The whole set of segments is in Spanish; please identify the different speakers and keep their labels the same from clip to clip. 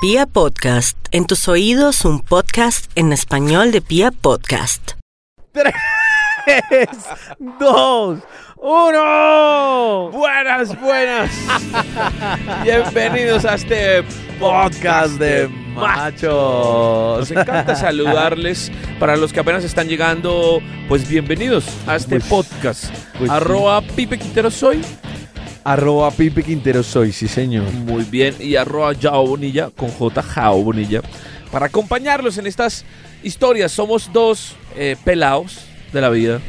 Speaker 1: Pia Podcast, en tus oídos un podcast en español de Pia Podcast.
Speaker 2: 3, 2, 1.
Speaker 3: Buenas, buenas. Bienvenidos a este podcast de machos. Nos encanta saludarles. Para los que apenas están llegando, pues bienvenidos a este
Speaker 2: Pues-
Speaker 3: podcast.
Speaker 2: pues sí.
Speaker 3: arroba Pipe Quintero soy.
Speaker 2: Arroba Pipe Quintero soy, sí señor.
Speaker 3: Muy bien. Y arroba Yao Bonilla con J Jao Bonilla. Para acompañarlos en estas historias, somos dos eh, pelados de la vida.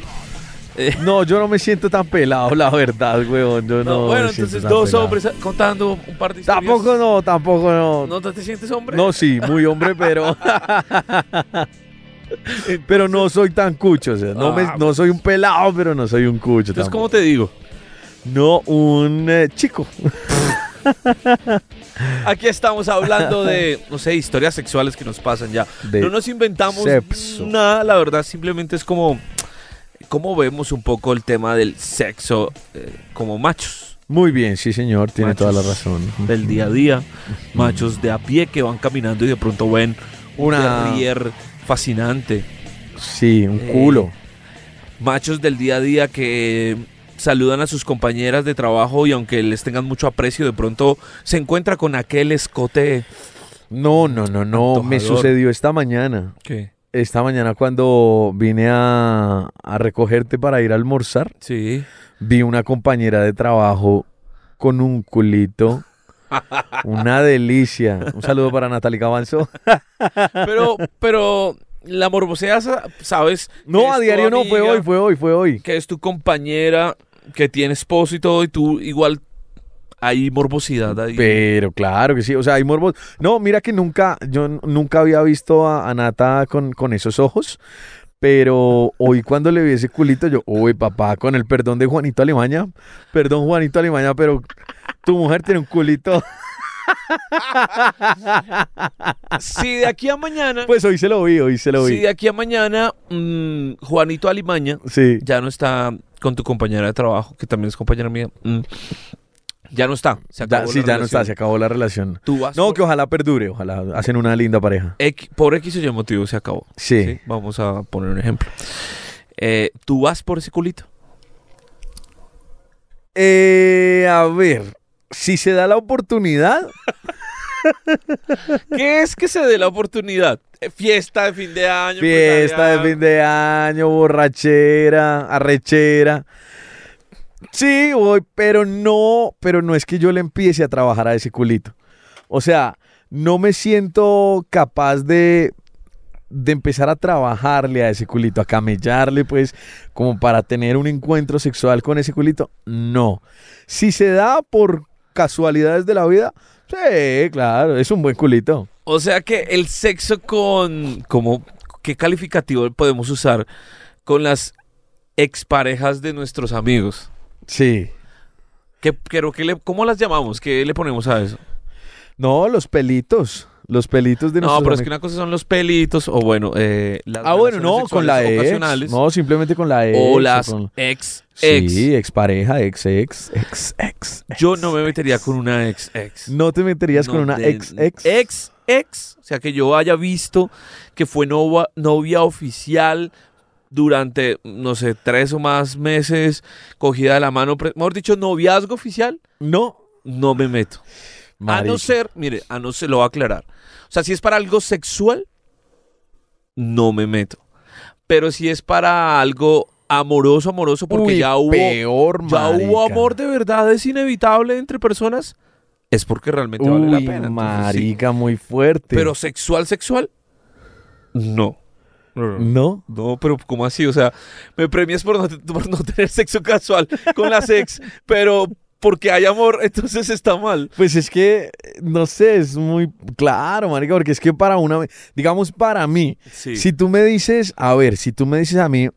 Speaker 2: No, yo no me siento tan pelado, la verdad, weón. Yo no,
Speaker 3: No, bueno,
Speaker 2: me siento
Speaker 3: entonces
Speaker 2: tan
Speaker 3: dos
Speaker 2: pelado.
Speaker 3: hombres contando un par de historias.
Speaker 2: Tampoco no, tampoco no. No,
Speaker 3: ¿No te te sientes hombre?
Speaker 2: sí, muy hombre, pero. pero no soy tan cucho, o sea, no, me-
Speaker 3: Ah,
Speaker 2: no soy un pelado, pero no soy un cucho.
Speaker 3: Entonces,
Speaker 2: tampoco.
Speaker 3: ¿cómo te digo?
Speaker 2: No un eh, chico.
Speaker 3: Aquí estamos hablando de, no sé, historias sexuales que nos pasan ya.
Speaker 2: De
Speaker 3: no nos inventamos
Speaker 2: sexo.
Speaker 3: nada, la verdad, simplemente es como, como vemos un poco el tema del sexo eh, como machos
Speaker 2: Muy bien, sí señor, tiene toda la
Speaker 3: Machos
Speaker 2: razón.
Speaker 3: del día a día, machos de a pie que van caminando y de pronto ven
Speaker 2: Una-
Speaker 3: una terrier fascinante,
Speaker 2: Sí, un
Speaker 3: Eh,
Speaker 2: culo.
Speaker 3: machos del día a día que saludan a sus compañeras de trabajo y aunque les tengan mucho aprecio, de pronto se encuentra con aquel escote
Speaker 2: No, no, no, no. Me
Speaker 3: Antojador.
Speaker 2: sucedió esta mañana.
Speaker 3: que
Speaker 2: Esta mañana cuando vine a, a recogerte para ir a almorzar,
Speaker 3: sí,
Speaker 2: vi una compañera de trabajo con un culito. Una delicia. Un saludo para Natalie Cabanzo.
Speaker 3: Pero, pero la morbosidad, sa- sabes. que
Speaker 2: No,
Speaker 3: es
Speaker 2: a
Speaker 3: tu
Speaker 2: diario no, fue
Speaker 3: amiga,
Speaker 2: hoy, fue hoy, fue hoy.
Speaker 3: Que es tu compañera, que tiene esposo y todo, y tú igual hay morbosidad ahí.
Speaker 2: Pero claro que sí, o sea, hay morbos. No, mira que nunca, yo n- nunca había visto a, a Nata con, con esos ojos, pero hoy cuando le vi ese culito, yo, uy, papá, con el perdón de Juanito Alimaña, perdón Juanito Alimaña, pero tu mujer tiene un culito.
Speaker 3: si de aquí a mañana,
Speaker 2: Pues hoy se lo vi, hoy se lo
Speaker 3: si
Speaker 2: vi.
Speaker 3: de aquí a mañana, mm, Juanito Alimaña
Speaker 2: Sí,
Speaker 3: ya no está con tu compañera de trabajo, que también es compañera mía. mm, ya no está. Se
Speaker 2: ya,
Speaker 3: acabó
Speaker 2: sí,
Speaker 3: la
Speaker 2: ya no está,
Speaker 3: relación. Ah,
Speaker 2: se acabó la relación.
Speaker 3: Tú vas
Speaker 2: No,
Speaker 3: por,
Speaker 2: que ojalá perdure, ojalá hacen una linda pareja.
Speaker 3: X- por X o Y motivo se acabó.
Speaker 2: Sí.
Speaker 3: ¿sí? Vamos a poner un ejemplo. Eh, tú vas por ese culito.
Speaker 2: Eh, a ver, si se da la oportunidad,
Speaker 3: ¿Qué es que se dé la oportunidad? Eh, Fiesta de fin de año. pues,
Speaker 2: Fiesta de fin de año, borrachera, arrechera. Sí, voy, pero no, pero no es que yo le empiece a trabajar a ese culito. O sea, no me siento capaz de, de empezar a trabajarle a ese culito, a camellarle, pues, como para tener un encuentro sexual con ese culito. No. Si se da por casualidades de la vida, sí, claro, es un buen culito.
Speaker 3: O sea que el sexo con... Como, ¿Qué calificativo podemos usar con las exparejas de nuestros amigos?
Speaker 2: Sí.
Speaker 3: ¿Qué, pero qué le, ¿Cómo las llamamos? ¿Qué le ponemos a eso?
Speaker 2: No, los pelitos. Los pelitos de
Speaker 3: No,
Speaker 2: nuestros
Speaker 3: pero es que
Speaker 2: amigos.
Speaker 3: una cosa son los pelitos o bueno... eh, las
Speaker 2: Ah, bueno, no,
Speaker 3: relaciones
Speaker 2: con la
Speaker 3: sexuales
Speaker 2: ex.
Speaker 3: ocasionales,
Speaker 2: No, simplemente con la ex.
Speaker 3: O las
Speaker 2: con-
Speaker 3: ex, ex.
Speaker 2: Sí, ex pareja, ex, ex, ex, ex.
Speaker 3: Yo no me metería con una ex, ex.
Speaker 2: No te meterías con
Speaker 3: No,
Speaker 2: una
Speaker 3: de-
Speaker 2: ex, ex.
Speaker 3: Ex, ex. O sea, que yo haya visto que fue nova- novia oficial durante, no sé, tres o más meses, cogida de la mano, pre- mejor dicho, noviazgo oficial,
Speaker 2: No.
Speaker 3: no me meto. A
Speaker 2: marica.
Speaker 3: no ser, mire, a no se lo va a aclarar. O sea, si es para algo sexual, no me meto. Pero si es para algo amoroso, amoroso, porque
Speaker 2: Uy,
Speaker 3: ya hubo,
Speaker 2: peor,
Speaker 3: ya hubo
Speaker 2: marica.
Speaker 3: amor de verdad, es inevitable entre personas, es porque realmente vale la
Speaker 2: Uy,
Speaker 3: pena. Entonces, sí.
Speaker 2: marica, muy fuerte.
Speaker 3: Pero sexual, sexual, no. No,
Speaker 2: No.
Speaker 3: pero ¿cómo así? O sea, me premias por no, por no tener sexo casual con las ex, pero porque hay amor, entonces está mal.
Speaker 2: Pues es que, no sé, es muy claro, marica, porque es que para una, digamos para mí,
Speaker 3: Sí.
Speaker 2: Si tú me dices, a ver, si tú me dices a mí,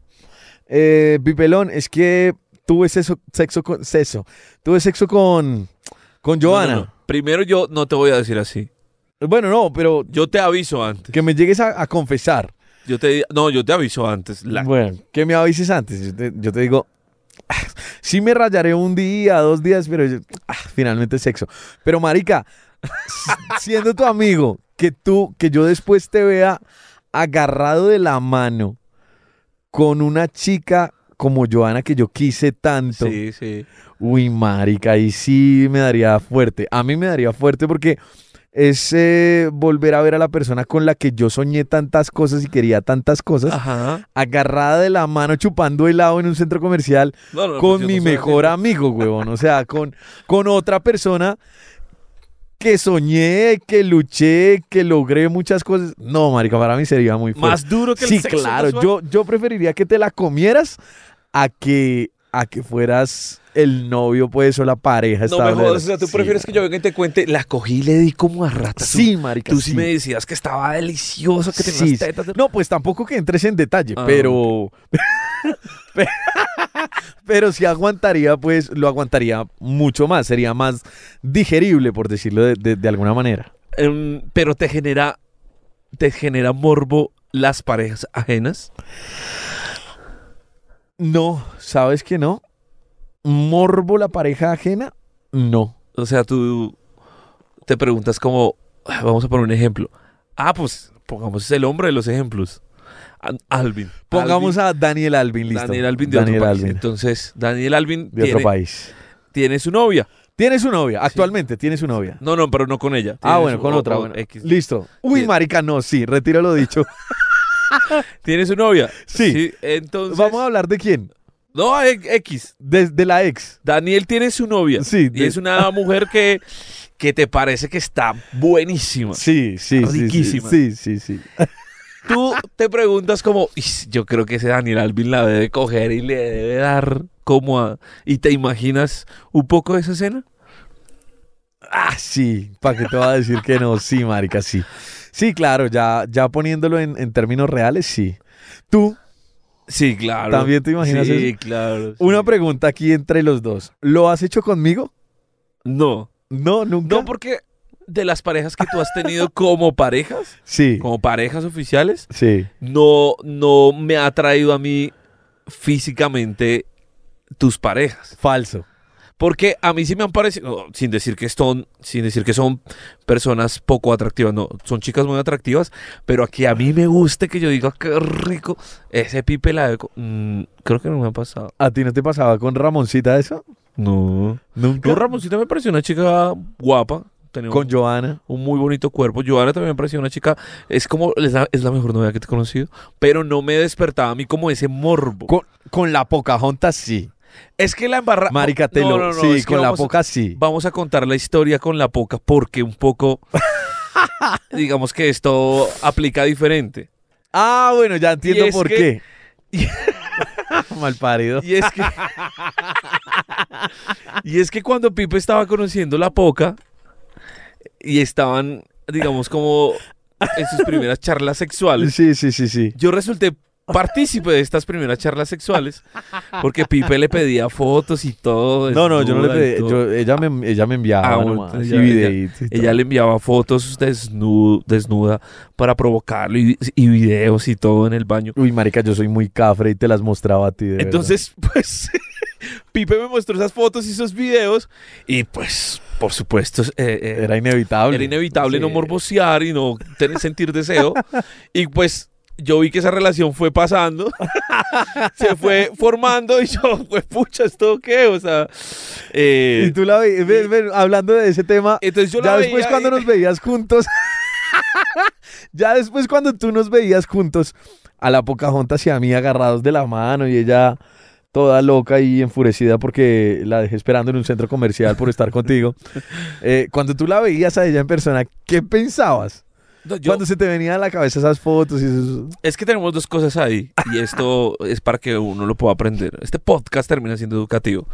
Speaker 2: eh, Pipelón, es que tuve sexo, sexo con sexo, tuve sexo con con
Speaker 3: No, no,
Speaker 2: Joana.
Speaker 3: no. Primero yo no te voy a decir así.
Speaker 2: Bueno, no, pero
Speaker 3: Yo te aviso antes.
Speaker 2: que me llegues a, a confesar.
Speaker 3: Yo te di- no, yo te aviso antes. La-
Speaker 2: Bueno, que me avises antes. Yo te, yo te digo, "Ah, sí me rayaré un día, dos días, pero yo- ah, finalmente sexo. Pero marica, siendo tu amigo, que tú, que yo después te vea agarrado de la mano con una chica como Joana que yo quise tanto.
Speaker 3: Sí, sí.
Speaker 2: Uy, marica, ahí sí me daría fuerte. A mí me daría fuerte porque es eh, volver a ver a la persona con la que yo soñé tantas cosas y quería tantas cosas,
Speaker 3: Ajá.
Speaker 2: agarrada de la mano, chupando helado en un centro comercial
Speaker 3: No, no, no, pues
Speaker 2: con
Speaker 3: yo
Speaker 2: mi
Speaker 3: no soy
Speaker 2: mejor
Speaker 3: así.
Speaker 2: amigo, huevón. O sea, con, con otra persona que soñé, que luché, que logré muchas cosas. No, marica, para mí sería muy fuerte.
Speaker 3: Más duro que el
Speaker 2: Sí,
Speaker 3: sexo
Speaker 2: claro.
Speaker 3: casual.
Speaker 2: Yo, yo preferiría que te la comieras a que, a que fueras el novio, pues, o la pareja.
Speaker 3: No me
Speaker 2: estable.
Speaker 3: jodas, o sea, tú
Speaker 2: Sí,
Speaker 3: prefieres que yo venga y te cuente, la cogí y le di como a rata.
Speaker 2: Sí, marica.
Speaker 3: Tú, tú sí
Speaker 2: sí.
Speaker 3: me decías que estaba delicioso, que tenía
Speaker 2: Sí,
Speaker 3: unas
Speaker 2: sí.
Speaker 3: tetas. de-
Speaker 2: No, pues tampoco que entres en detalle,
Speaker 3: Ah,
Speaker 2: pero. pe- pero sí aguantaría, pues, lo aguantaría mucho más. Sería más digerible, por decirlo de, de- de alguna manera.
Speaker 3: Em, pero te genera, te genera morbo las parejas ajenas.
Speaker 2: No, ¿sabes que no? ¿Morbo la pareja ajena? No.
Speaker 3: O sea, tú te preguntas como, ah, vamos a poner un ejemplo. Ah, pues pongamos el hombre de los ejemplos. Al- Alvin.
Speaker 2: Pongamos a Daniel Alvin,
Speaker 3: Alvin-
Speaker 2: listo.
Speaker 3: Daniel Alvin de
Speaker 2: Daniel
Speaker 3: otro
Speaker 2: Alvin.
Speaker 3: país. Entonces, Daniel Alvin
Speaker 2: de otro
Speaker 3: tiene,
Speaker 2: país.
Speaker 3: tiene su novia.
Speaker 2: Tiene su novia, actualmente tiene su novia.
Speaker 3: No, no, pero no con ella.
Speaker 2: Ah,
Speaker 3: Tiene
Speaker 2: bueno,
Speaker 3: su-
Speaker 2: con
Speaker 3: o-
Speaker 2: otra.
Speaker 3: o
Speaker 2: bueno.
Speaker 3: X.
Speaker 2: Listo. Uy,
Speaker 3: Tiene-
Speaker 2: marica, no, sí, retiro lo dicho.
Speaker 3: Tiene su novia.
Speaker 2: Sí.
Speaker 3: entonces.
Speaker 2: Vamos a hablar de quién.
Speaker 3: No, e- X.
Speaker 2: De, de la ex.
Speaker 3: Daniel tiene su novia.
Speaker 2: Sí,
Speaker 3: Y
Speaker 2: de-
Speaker 3: es una mujer que, que te parece que está buenísima.
Speaker 2: Sí, sí, sí, sí,
Speaker 3: Riquísima.
Speaker 2: sí, sí, sí.
Speaker 3: Tú te preguntas como, "Ish, yo creo que ese Daniel Alvin la debe coger y le debe dar como a... ¿Y te imaginas un poco de esa escena?
Speaker 2: Ah, sí, ¿para qué te va a decir que no? Sí, marica, sí. Sí, claro, ya, ya poniéndolo en, en términos reales, sí. Tú,
Speaker 3: Sí, claro.
Speaker 2: ¿También te imaginas
Speaker 3: sí,
Speaker 2: eso?
Speaker 3: claro. sí.
Speaker 2: una pregunta aquí entre los dos. ¿Lo has hecho conmigo?
Speaker 3: No.
Speaker 2: No, nunca.
Speaker 3: No, porque de las parejas que tú has tenido como parejas,
Speaker 2: Sí,
Speaker 3: como parejas oficiales,
Speaker 2: sí.
Speaker 3: no, no me ha traído a mí físicamente tus parejas.
Speaker 2: Falso.
Speaker 3: Porque a mí sí me han parecido, no, sin decir que son, sin decir que son personas poco atractivas, no, son chicas muy atractivas, pero a que a mí me guste que yo diga "Ah, qué rico, ese pipe la de co- mm, creo que no me ha pasado.
Speaker 2: ¿A ti no te pasaba con Ramoncita eso?
Speaker 3: No.
Speaker 2: Nunca.
Speaker 3: No, Ramoncita me pareció una chica guapa. Tenía
Speaker 2: Con
Speaker 3: un,
Speaker 2: Joana.
Speaker 3: un muy bonito cuerpo. Joana también me pareció una chica. Es como. Es la, es la mejor novia que te he conocido. Pero no me despertaba a mí como ese morbo.
Speaker 2: Con, con la Pocahontas sí.
Speaker 3: es que la embarra.
Speaker 2: Marica, te lo-
Speaker 3: No, no, no,
Speaker 2: sí,
Speaker 3: es que
Speaker 2: con la
Speaker 3: vamos-
Speaker 2: poca sí.
Speaker 3: Vamos a contar la historia con la poca porque un poco, digamos que esto aplica diferente.
Speaker 2: Ah, bueno, ya entiendo
Speaker 3: Y es
Speaker 2: por
Speaker 3: que-
Speaker 2: qué. Mal parido.
Speaker 3: Y es que, y es que cuando Pipe estaba conociendo la poca y estaban, digamos, como en sus primeras charlas sexuales,
Speaker 2: Sí, sí, sí, sí.
Speaker 3: yo resulté partícipe de estas primeras charlas sexuales porque Pipe le pedía fotos y todo.
Speaker 2: No, no, yo no le
Speaker 3: desnuda pues, y
Speaker 2: pedí.
Speaker 3: todo.
Speaker 2: yo- ella, me, ella me enviaba
Speaker 3: Ah, bueno,
Speaker 2: nomás,
Speaker 3: entonces
Speaker 2: y
Speaker 3: ella- ella-
Speaker 2: videitos y
Speaker 3: Ella
Speaker 2: todo.
Speaker 3: le enviaba fotos desnu- desnuda para provocarlo y, y videos y todo en el baño.
Speaker 2: Uy, marica, yo soy muy cafre y te las mostraba a ti, de verdad.
Speaker 3: Entonces, pues, Pipe me mostró esas fotos y esos videos y pues, por supuesto, eh, eh,
Speaker 2: Era inevitable.
Speaker 3: era inevitable no
Speaker 2: Sí.
Speaker 3: morbosear y no tener, sentir deseo. y pues yo vi que esa relación fue pasando, se fue formando y yo, pues, pucha, ¿esto qué? O sea, eh,
Speaker 2: Y tú la veías, ven, ven, hablando de ese tema,
Speaker 3: entonces Eh, yo
Speaker 2: ya
Speaker 3: la
Speaker 2: después
Speaker 3: veía
Speaker 2: cuando
Speaker 3: y-
Speaker 2: nos veías juntos, ya después cuando tú nos veías juntos, a la Pocahontas y a mí agarrados de la mano y ella toda loca y enfurecida porque la dejé esperando en un centro comercial por estar contigo. Eh, cuando tú la veías a ella en persona, ¿qué pensabas?
Speaker 3: No, yo-
Speaker 2: Cuando se te venían a la cabeza esas fotos y esos...
Speaker 3: Es que tenemos dos cosas ahí y esto es para que uno lo pueda aprender. Este podcast termina siendo educativo.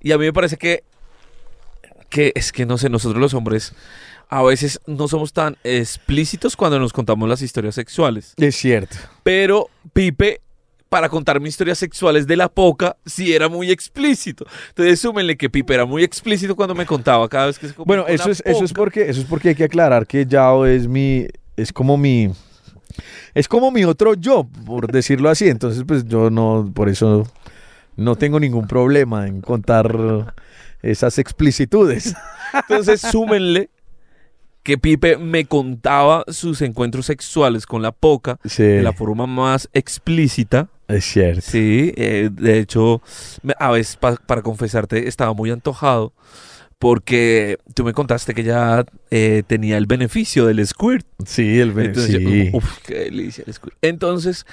Speaker 3: Y a mí me parece que, que es que no sé, nosotros los hombres a veces no somos tan explícitos cuando nos contamos las historias sexuales.
Speaker 2: Es cierto.
Speaker 3: Pero Pipe, para contarme historias sexuales de la poca, sí era muy explícito. Entonces súmenle que Pipe era muy explícito cuando me contaba cada vez que se comió
Speaker 2: Bueno,
Speaker 3: con
Speaker 2: eso
Speaker 3: la
Speaker 2: es, eso es
Speaker 3: poca.
Speaker 2: porque eso es porque hay que aclarar que Yao es mi es como mi es como mi otro yo, por decirlo así. Entonces, pues yo no por eso no tengo ningún problema en contar esas explicitudes.
Speaker 3: Entonces súmenle que Pipe me contaba sus encuentros sexuales con la poca
Speaker 2: Sí,
Speaker 3: de la forma más explícita.
Speaker 2: es cierto.
Speaker 3: Sí, eh, de hecho, me- a veces pa- para confesarte estaba muy antojado porque tú me contaste que ya eh, tenía el beneficio del squirt.
Speaker 2: Sí, el ven-
Speaker 3: Entonces, yo
Speaker 2: sí.
Speaker 3: como, "Uf, qué delicia el squirt. Entonces,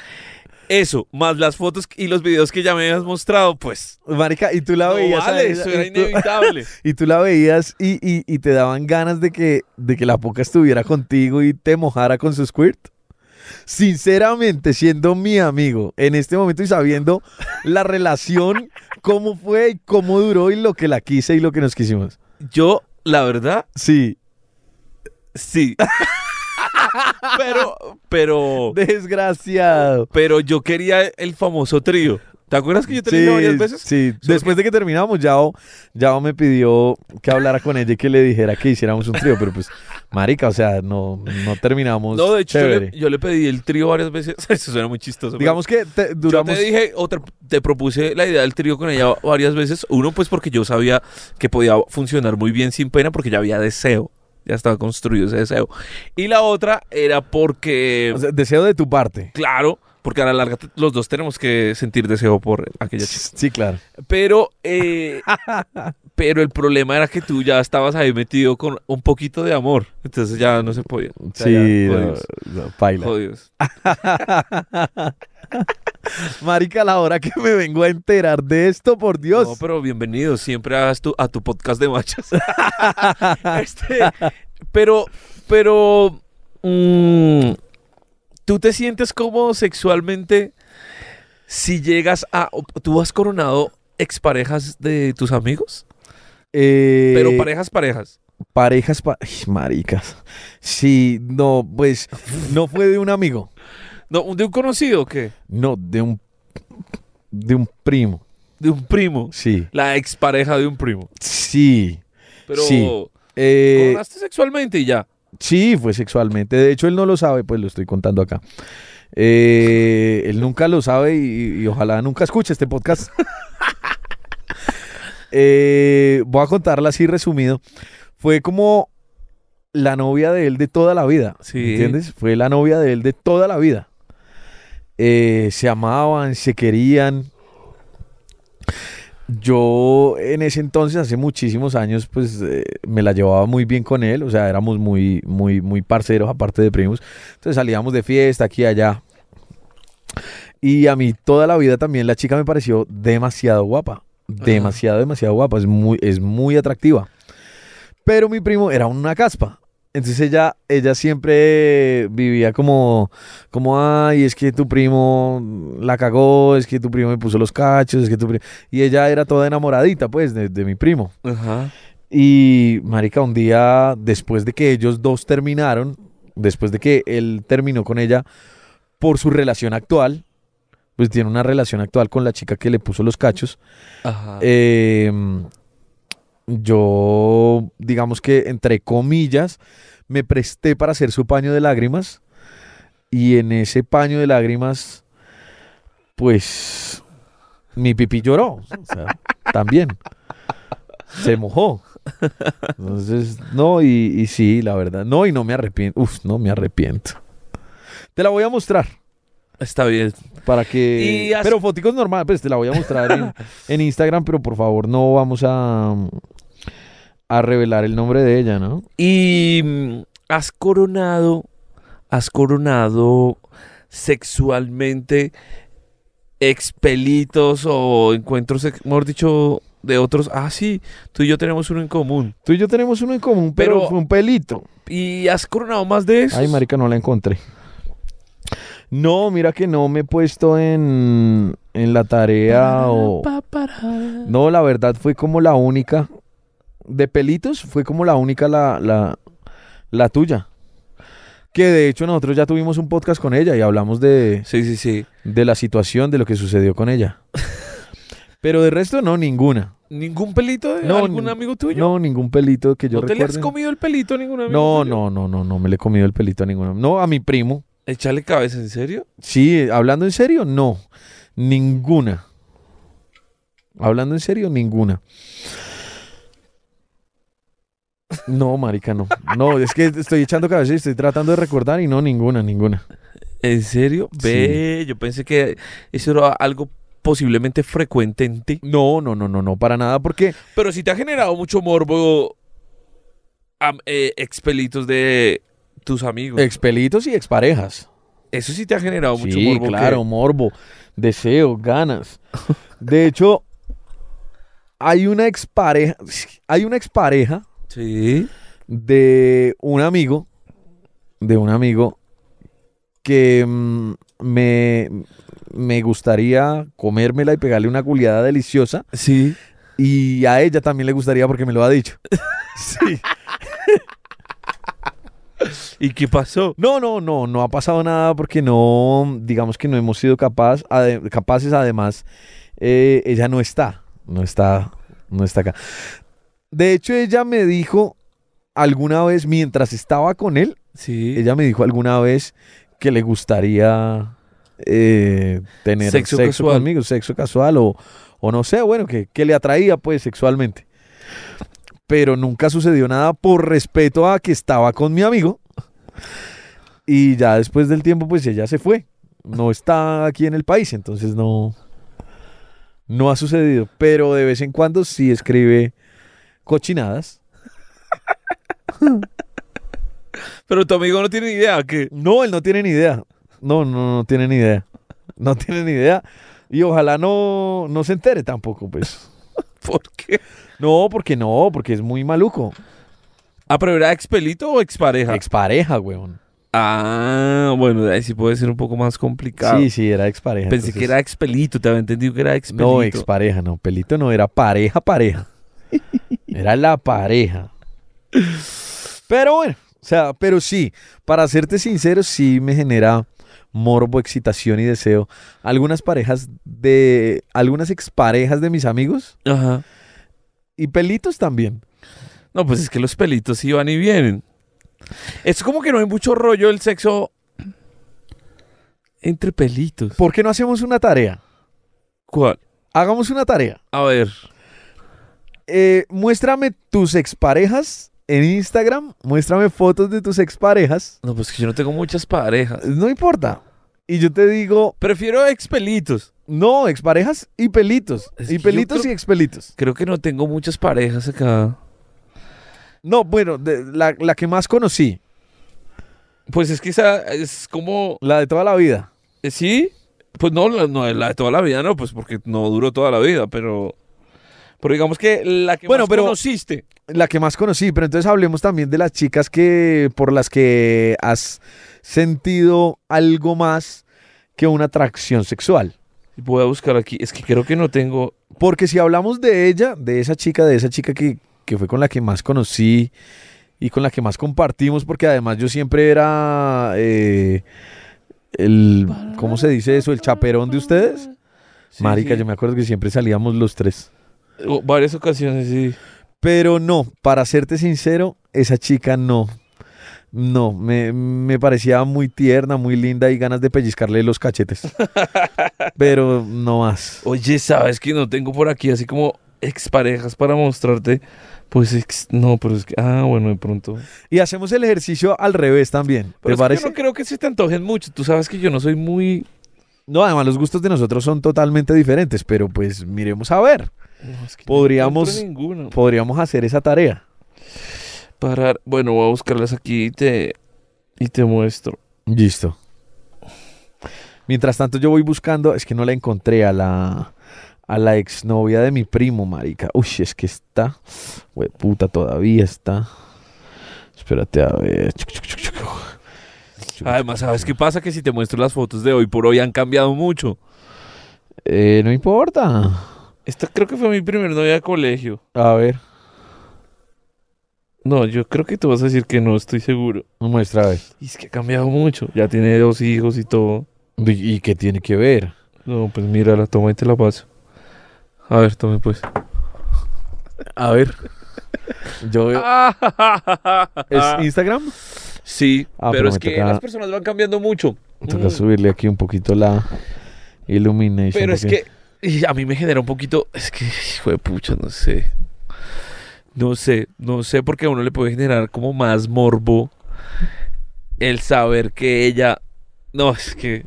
Speaker 3: eso, más las fotos y los videos que ya me habías mostrado, pues,
Speaker 2: Marica, y tú la
Speaker 3: no
Speaker 2: veías. a
Speaker 3: vale,
Speaker 2: ella,
Speaker 3: eso era
Speaker 2: y, tú,
Speaker 3: inevitable.
Speaker 2: y tú la veías y, y- y te daban ganas de que, de que la poca estuviera contigo y te mojara con su squirt. Sinceramente, siendo mi amigo en este momento y sabiendo la relación, cómo fue y cómo duró y lo que la quise y lo que nos quisimos.
Speaker 3: Yo, la verdad,
Speaker 2: Sí,
Speaker 3: sí. pero, pero,
Speaker 2: desgraciado.
Speaker 3: pero yo quería el famoso trío. ¿Te acuerdas que yo te lo dije varias veces?
Speaker 2: Sí,
Speaker 3: Solo
Speaker 2: después de que terminamos, Yao, Yao me pidió que hablara con ella y que le dijera que hiciéramos un trío, pero pues, marica, o sea, no, no terminamos.
Speaker 3: No, de hecho, yo
Speaker 2: chévere.
Speaker 3: le, yo le pedí el trío varias veces. Eso suena muy chistoso. pero-
Speaker 2: Digamos que te- duramos.
Speaker 3: Yo te dije, o te, te propuse la idea del trío con ella varias veces. Uno, pues porque yo sabía que podía funcionar muy bien sin pena, porque ya había deseo. Ya estaba construido ese deseo. Y la otra era porque,
Speaker 2: o sea, deseo de tu parte.
Speaker 3: claro, porque a la larga t- los dos tenemos que sentir deseo por aquella chica.
Speaker 2: Sí, claro.
Speaker 3: Pero, eh, pero el problema era que tú ya estabas ahí metido con un poquito de amor. Entonces ya no se podía. O sea,
Speaker 2: Sí, no,
Speaker 3: ya, jodidos,
Speaker 2: no, paila.
Speaker 3: jodidos.
Speaker 2: Marica, la hora que me vengo a enterar de esto, por Dios.
Speaker 3: No, pero bienvenido siempre a tu, a tu podcast de machas. Este, pero, pero, mm, ¿tú te sientes cómodo sexualmente si llegas a... o- ¿Tú has coronado exparejas de tus amigos?
Speaker 2: Eh,
Speaker 3: Pero parejas, parejas.
Speaker 2: parejas, pa- Ay, maricas. Sí, no, pues, no fue de un amigo.
Speaker 3: No, ¿De un conocido o qué?
Speaker 2: No, de un de un primo.
Speaker 3: De un primo.
Speaker 2: Sí.
Speaker 3: La expareja de un primo.
Speaker 2: Sí.
Speaker 3: Pero...
Speaker 2: Sí. Eh,
Speaker 3: Coronaste sexualmente y ya.
Speaker 2: sí, fue sexualmente. De hecho, él no lo sabe, pues lo estoy contando acá. Eh, él nunca lo sabe y, y ojalá nunca escuche este podcast. Eh, voy a contarla así resumido. Fue como la novia de él de toda la vida.
Speaker 3: Sí.
Speaker 2: ¿Entiendes? Fue la novia de él de toda la vida. Eh, se amaban, se querían. Yo en ese entonces, hace muchísimos años, pues eh, me la llevaba muy bien con él. O sea, éramos muy, muy, muy parceros, aparte de primos. Entonces salíamos de fiesta aquí y allá. Y a mí toda la vida también la chica me pareció demasiado guapa. Demasiado, demasiado guapa. Es muy, es muy atractiva. Pero mi primo era una caspa. Entonces ella, ella siempre vivía como, como, ay, es que tu primo la cagó, es que tu primo me puso los cachos, es que tu primo... Y ella era toda enamoradita, pues, de, de mi primo.
Speaker 3: Ajá.
Speaker 2: Y, marica, un día después de que ellos dos terminaron, después de que él terminó con ella por su relación actual, pues tiene una relación actual con la chica que le puso los cachos,
Speaker 3: Ajá.
Speaker 2: eh, yo, digamos que entre comillas, me presté para hacer su paño de lágrimas. Y en ese paño de lágrimas, pues mi pipí lloró. o sea, también. Se mojó. Entonces, no, y, y sí, la verdad. No, y no me arrepiento. Uf, no me arrepiento. Te la voy a mostrar
Speaker 3: Está bien.
Speaker 2: para que...
Speaker 3: Y as-
Speaker 2: Pero foticos normal, pues te la voy a mostrar en, en Instagram, pero por favor no vamos a, a revelar el nombre de ella, ¿no?
Speaker 3: Y mm, has coronado, has coronado sexualmente expelitos o encuentros, ex- mejor dicho, de otros. Ah, sí, tú y yo tenemos uno en común.
Speaker 2: Tú y yo tenemos uno en común, pero,
Speaker 3: Pero-
Speaker 2: fue un pelito.
Speaker 3: Y has coronado más de eso.
Speaker 2: Ay, marica, no la encontré. No, mira que no me he puesto en, en la tarea o... No, la verdad fue como la única... De pelitos fue como la única la, la, la tuya. Que de hecho nosotros ya tuvimos un podcast con ella y hablamos de,
Speaker 3: Sí, sí, sí.
Speaker 2: de la situación, de lo que sucedió con ella. Pero de resto no, ninguna.
Speaker 3: ¿Ningún pelito de
Speaker 2: No,
Speaker 3: algún
Speaker 2: ni-
Speaker 3: amigo tuyo?
Speaker 2: No, ningún pelito que yo
Speaker 3: ¿No te le has
Speaker 2: recuerde.
Speaker 3: comido el pelito a ningún amigo
Speaker 2: No,
Speaker 3: tuyo?
Speaker 2: no, no, no, no me le he comido el pelito a ninguno. No, a mi primo.
Speaker 3: Échale cabeza, ¿en serio?
Speaker 2: Sí, eh, hablando en serio, no. Ninguna. Hablando en serio, ninguna. No, marica, no. No, es que estoy echando cabeza y estoy tratando de recordar y no, ninguna, ninguna.
Speaker 3: ¿En serio? Ve, yo pensé que eso era algo posiblemente frecuente en ti.
Speaker 2: No, no, no, no, no, para nada, porque
Speaker 3: Pero si te ha generado mucho morbo am- eh, expelitos de tus amigos.
Speaker 2: expelitos y exparejas.
Speaker 3: Eso sí te ha generado mucho
Speaker 2: sí,
Speaker 3: morbo.
Speaker 2: claro, morbo, deseo, ganas. De hecho, hay una expareja, hay una expareja
Speaker 3: que- Sí.
Speaker 2: de un amigo, de un amigo que mm, me, me gustaría comérmela y pegarle una culiada deliciosa
Speaker 3: Sí.
Speaker 2: y a ella también le gustaría porque me lo ha dicho. Sí.
Speaker 3: ¿Y qué pasó?
Speaker 2: No, no, no, no ha pasado nada porque no, digamos que no hemos sido capaz, ade- capaces. Además, eh, ella no está, no está, no está acá. De hecho, ella me dijo alguna vez, mientras estaba con él,
Speaker 3: Sí.
Speaker 2: ella me dijo alguna vez que le gustaría eh, tener
Speaker 3: Sexo
Speaker 2: sexo,
Speaker 3: casual.
Speaker 2: conmigo, sexo casual o, o no sé, bueno, que, que le atraía pues sexualmente. Pero nunca sucedió nada por respeto a que estaba con mi amigo. Y ya después del tiempo pues ella se fue. No está aquí en el país, entonces no no ha sucedido, pero de vez en cuando sí escribe cochinadas.
Speaker 3: Pero tu amigo no tiene ni idea que.
Speaker 2: No, él no tiene ni idea. No, no, no tiene ni idea. No tiene ni idea. Y ojalá no, no se entere tampoco, pues.
Speaker 3: ¿Por qué?
Speaker 2: No, porque no, porque es muy maluco.
Speaker 3: Ah, pero era expelito o expareja.
Speaker 2: Expareja, weón.
Speaker 3: ah, bueno, ahí sí puede ser un poco más complicado.
Speaker 2: Sí, sí, era expareja.
Speaker 3: Pensé
Speaker 2: entonces-
Speaker 3: que era expelito, te había entendido que era expelito.
Speaker 2: No, expareja, no. Pelito no, era pareja, pareja. Era la pareja. Pero bueno, o sea, pero sí, para serte sincero, sí me genera morbo, excitación y deseo. Algunas parejas de. Algunas exparejas de mis amigos
Speaker 3: Ajá.
Speaker 2: Y pelitos también.
Speaker 3: No, pues es que los pelitos sí van y vienen. Es como que no hay mucho rollo el sexo entre pelitos.
Speaker 2: ¿Por qué no hacemos una tarea?
Speaker 3: ¿Cuál?
Speaker 2: Hagamos una tarea.
Speaker 3: A ver.
Speaker 2: Eh, muéstrame tus exparejas en Instagram. Muéstrame fotos de tus exparejas.
Speaker 3: No, pues que yo no tengo muchas parejas.
Speaker 2: No importa. Y yo te digo,
Speaker 3: Prefiero expelitos.
Speaker 2: no, exparejas y pelitos.
Speaker 3: Es que
Speaker 2: y
Speaker 3: yo
Speaker 2: pelitos
Speaker 3: creo-
Speaker 2: y expelitos.
Speaker 3: Creo que no tengo muchas parejas acá.
Speaker 2: No, bueno, de- la, la que más conocí,
Speaker 3: Pues es que esa es como
Speaker 2: la de toda la vida.
Speaker 3: Eh, Sí, pues no, la, no, la de toda la vida no, pues porque no duró toda la vida, pero. Pero digamos que la que
Speaker 2: Bueno,
Speaker 3: más
Speaker 2: pero-
Speaker 3: conociste.
Speaker 2: La que más conocí, pero entonces hablemos también de las chicas que por las que has sentido algo más que una atracción sexual.
Speaker 3: Voy a buscar aquí. Es que creo que no tengo.
Speaker 2: Porque si hablamos de ella, de esa chica, de esa chica que, que fue con la que más conocí y con la que más compartimos, porque además yo siempre era eh, el, ¿cómo se dice eso? El chaperón de ustedes.
Speaker 3: Sí,
Speaker 2: Marica,
Speaker 3: sí.
Speaker 2: yo me acuerdo que siempre salíamos los tres.
Speaker 3: O- Varias ocasiones, sí.
Speaker 2: Pero no, para serte sincero, esa chica no. No, me, me parecía muy tierna, muy linda y ganas de pellizcarle los cachetes. Pero no más.
Speaker 3: Oye, ¿sabes que no tengo por aquí así como exparejas para mostrarte? Pues ex- no, pero es que. Ah, bueno, de pronto.
Speaker 2: Y hacemos el ejercicio al revés también.
Speaker 3: Pero
Speaker 2: ¿Te
Speaker 3: es que
Speaker 2: parece?
Speaker 3: yo no creo que se te antojen mucho. Tú sabes que yo no soy muy.
Speaker 2: No, además los gustos de nosotros son totalmente diferentes, pero pues miremos a ver.
Speaker 3: No, es que no
Speaker 2: Podríamos-
Speaker 3: encuentro ninguna.
Speaker 2: Podríamos hacer esa tarea.
Speaker 3: Parar. Bueno, voy a buscarlas aquí y te. Y te muestro.
Speaker 2: Listo. Mientras tanto yo voy buscando, es que no la encontré a la a la exnovia de mi primo, marica. Uy, es que está, Hue puta, todavía está. Espérate a ver. Chuc, chuc, chuc, chuc.
Speaker 3: Además, ¿sabes qué pasa? Que si te muestro las fotos de hoy por hoy han cambiado mucho.
Speaker 2: Eh, no importa.
Speaker 3: Esta creo que fue mi primer novia de colegio.
Speaker 2: A ver,
Speaker 3: No, yo creo que tú vas a decir que no, estoy seguro.
Speaker 2: muestra a ver.
Speaker 3: Y es que ha cambiado mucho. Ya tiene dos hijos y todo.
Speaker 2: ¿Y, y qué tiene que ver?
Speaker 3: No, pues mira, la toma y te la paso. A ver, tome pues.
Speaker 2: A ver. Yo veo- ¿Es Instagram?
Speaker 3: sí,
Speaker 2: Ah,
Speaker 3: Ah. pero
Speaker 2: pero
Speaker 3: es
Speaker 2: me
Speaker 3: que
Speaker 2: toca-
Speaker 3: las personas van cambiando mucho.
Speaker 2: Toca
Speaker 3: Mm.
Speaker 2: subirle aquí un poquito la illumination.
Speaker 3: Pero es
Speaker 2: porque-
Speaker 3: que y a mí me genera un poquito... Es que, hijo de pucha, no sé. No sé, no sé porque a uno le puede generar como más morbo el saber que ella. No, es que.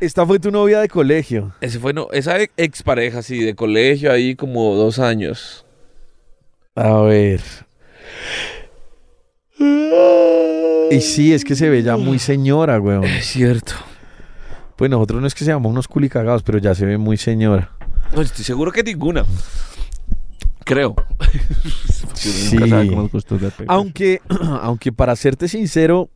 Speaker 2: Esta fue tu novia de colegio.
Speaker 3: Ese fue no, esa e- expareja, sí, de colegio, ahí como dos años.
Speaker 2: A ver. Y sí, es que se ve ya muy señora, weón.
Speaker 3: Es cierto.
Speaker 2: Pues nosotros no es que seamos unos culicagados, pero ya se ve muy señora.
Speaker 3: No, estoy seguro que ninguna. Creo.
Speaker 2: Sí.
Speaker 3: Ah,
Speaker 2: Aunque, aunque para serte sincero,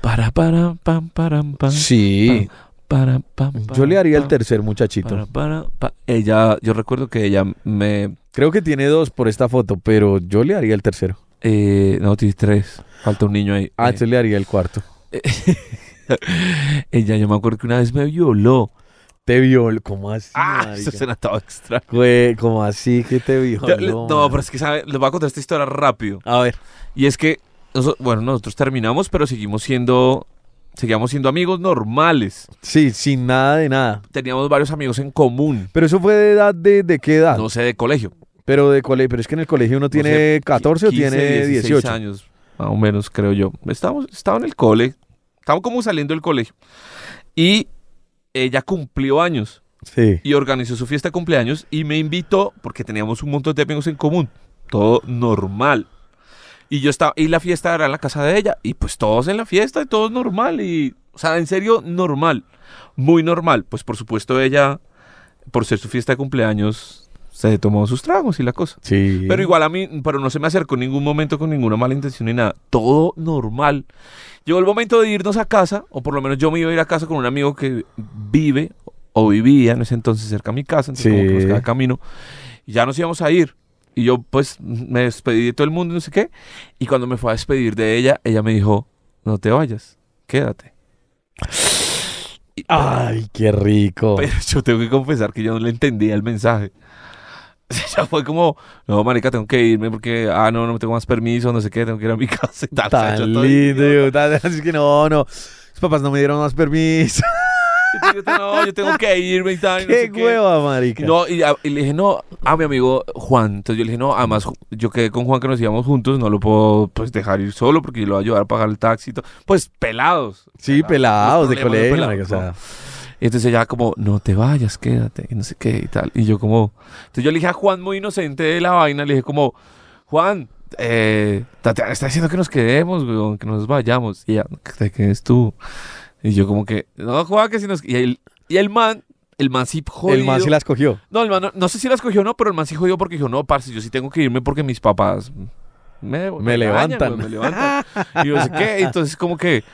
Speaker 3: Para, para, pam, param, pam.
Speaker 2: sí.
Speaker 3: Para, pam,
Speaker 2: Yo le haría el
Speaker 3: tercero.
Speaker 2: tercer muchachito.
Speaker 3: Ella, yo recuerdo que ella me.
Speaker 2: Creo que tiene dos por esta foto, pero yo le haría el tercero.
Speaker 3: eh, no, tiene tres. Falta un niño ahí.
Speaker 2: Ah,
Speaker 3: Eh,
Speaker 2: entonces le haría el cuarto.
Speaker 3: ella, yo me acuerdo que una vez me violó.
Speaker 2: Te violó, ¿cómo así?
Speaker 3: Ah,
Speaker 2: marica?
Speaker 3: eso suena todo extraño.
Speaker 2: Güey, ¿Cómo así que te violó?
Speaker 3: Yo- le- no,
Speaker 2: man?
Speaker 3: pero es que, ¿sabe? Les voy a contar esta historia rápido.
Speaker 2: A ver.
Speaker 3: Y es que, noso- bueno, nosotros terminamos, pero seguimos siendo, seguíamos siendo amigos normales.
Speaker 2: Sí, sin nada de nada.
Speaker 3: Teníamos varios amigos en común,
Speaker 2: Pero eso fue de edad de, de qué edad?
Speaker 3: no sé, de colegio.
Speaker 2: Pero de cole, pero es que en el colegio uno tiene
Speaker 3: sé,
Speaker 2: 14
Speaker 3: 15,
Speaker 2: o tiene
Speaker 3: 16
Speaker 2: 18.
Speaker 3: años, más o menos, creo yo. Estábamos, estaba en el cole, estábamos como saliendo del colegio. Y ella cumplió años
Speaker 2: Sí.
Speaker 3: y organizó su fiesta de cumpleaños y me invitó porque teníamos un montón de amigos en común. Todo normal. Y yo estaba, y la fiesta era en la casa de ella. Y pues todos en la fiesta y todo normal. Y, o sea, en serio, normal. Muy normal. Pues por supuesto ella, por ser su fiesta de cumpleaños, se tomó sus tragos y la cosa.
Speaker 2: Sí.
Speaker 3: Pero igual a mí, pero no se me acercó en ningún momento con ninguna mala intención ni nada. Todo normal. Llegó el momento de irnos a casa, o por lo menos yo me iba a ir a casa con un amigo que vive o vivía en ese entonces cerca de mi casa, entonces como que nos
Speaker 2: Sí.
Speaker 3: quedaba camino. Y ya nos íbamos a ir. Y yo pues me despedí de todo el mundo y no sé qué. Y cuando me fue a despedir de ella, ella me dijo, no te vayas, quédate. Y-
Speaker 2: Ay, qué rico.
Speaker 3: pero yo tengo que confesar que yo no le entendía el mensaje. O sea, ya fue como, no, marica, tengo que irme porque, ah, no, no tengo más permiso, no sé qué, tengo que ir a mi casa y tal. O sea, yo
Speaker 2: Tan
Speaker 3: todo
Speaker 2: lindo. tan- Así que no, no. Mis papás no me dieron más permiso.
Speaker 3: idiota. Yo te- no, yo tengo que irme y tal. y no
Speaker 2: qué
Speaker 3: sé
Speaker 2: hueva, marica.
Speaker 3: No, y, a- y le dije, no, a mi amigo Juan. Entonces yo le dije, no, además ju- yo quedé con Juan que nos íbamos juntos, no lo puedo pues dejar ir solo porque yo lo voy a ayudar a pagar el taxi. y todo. Pues pelados.
Speaker 2: sí, pelados,
Speaker 3: Los
Speaker 2: de
Speaker 3: problemas
Speaker 2: colegio.
Speaker 3: pelados,
Speaker 2: marica, o sea.
Speaker 3: Y entonces ella como, no te vayas, quédate, y no sé qué y tal. Y yo como, entonces yo le dije a Juan muy inocente de la vaina, le dije como, Juan, eh, Tatiana está diciendo que nos quedemos, weón, que nos vayamos. Y ella, que te quedes tú. Y yo como que, no, Juan, que si nos... Y el, y el man, el man sí jodido.
Speaker 2: el man sí las cogió.
Speaker 3: No, el man, no, no sé si las cogió o no, pero el man sí jodió porque dijo, no, parce, yo sí tengo que irme porque mis papás me,
Speaker 2: Me
Speaker 3: regañan,
Speaker 2: levantan.
Speaker 3: weón, me levantan. y yo, no sé ¿qué? Entonces, como que...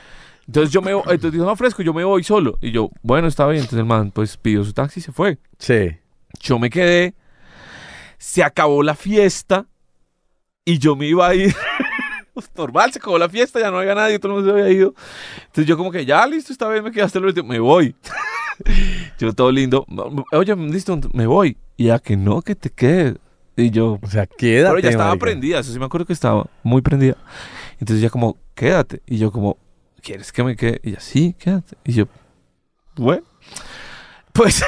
Speaker 3: Entonces yo me voy- entonces dijo, no, fresco, yo me voy solo. Y yo, bueno, está bien. Entonces el man, pues, pidió su taxi y se fue.
Speaker 2: Sí.
Speaker 3: Yo me quedé, se acabó la fiesta y yo me iba a ir. Pues, Normal, se acabó la fiesta, ya no había nadie, todo el mundo se había ido. Entonces yo como que, ya, listo, esta vez me quedaste el último, me voy. yo todo lindo, oye, listo, me voy. Y ya que no, que te quedes. Y yo,
Speaker 2: O sea, quédate.
Speaker 3: pero ella estaba
Speaker 2: marica.
Speaker 3: prendida, eso sí me acuerdo que estaba muy prendida. Entonces ella como, quédate. Y yo como, ¿quieres que me quede? Y ella, sí, quédate. Y yo, bueno. Pues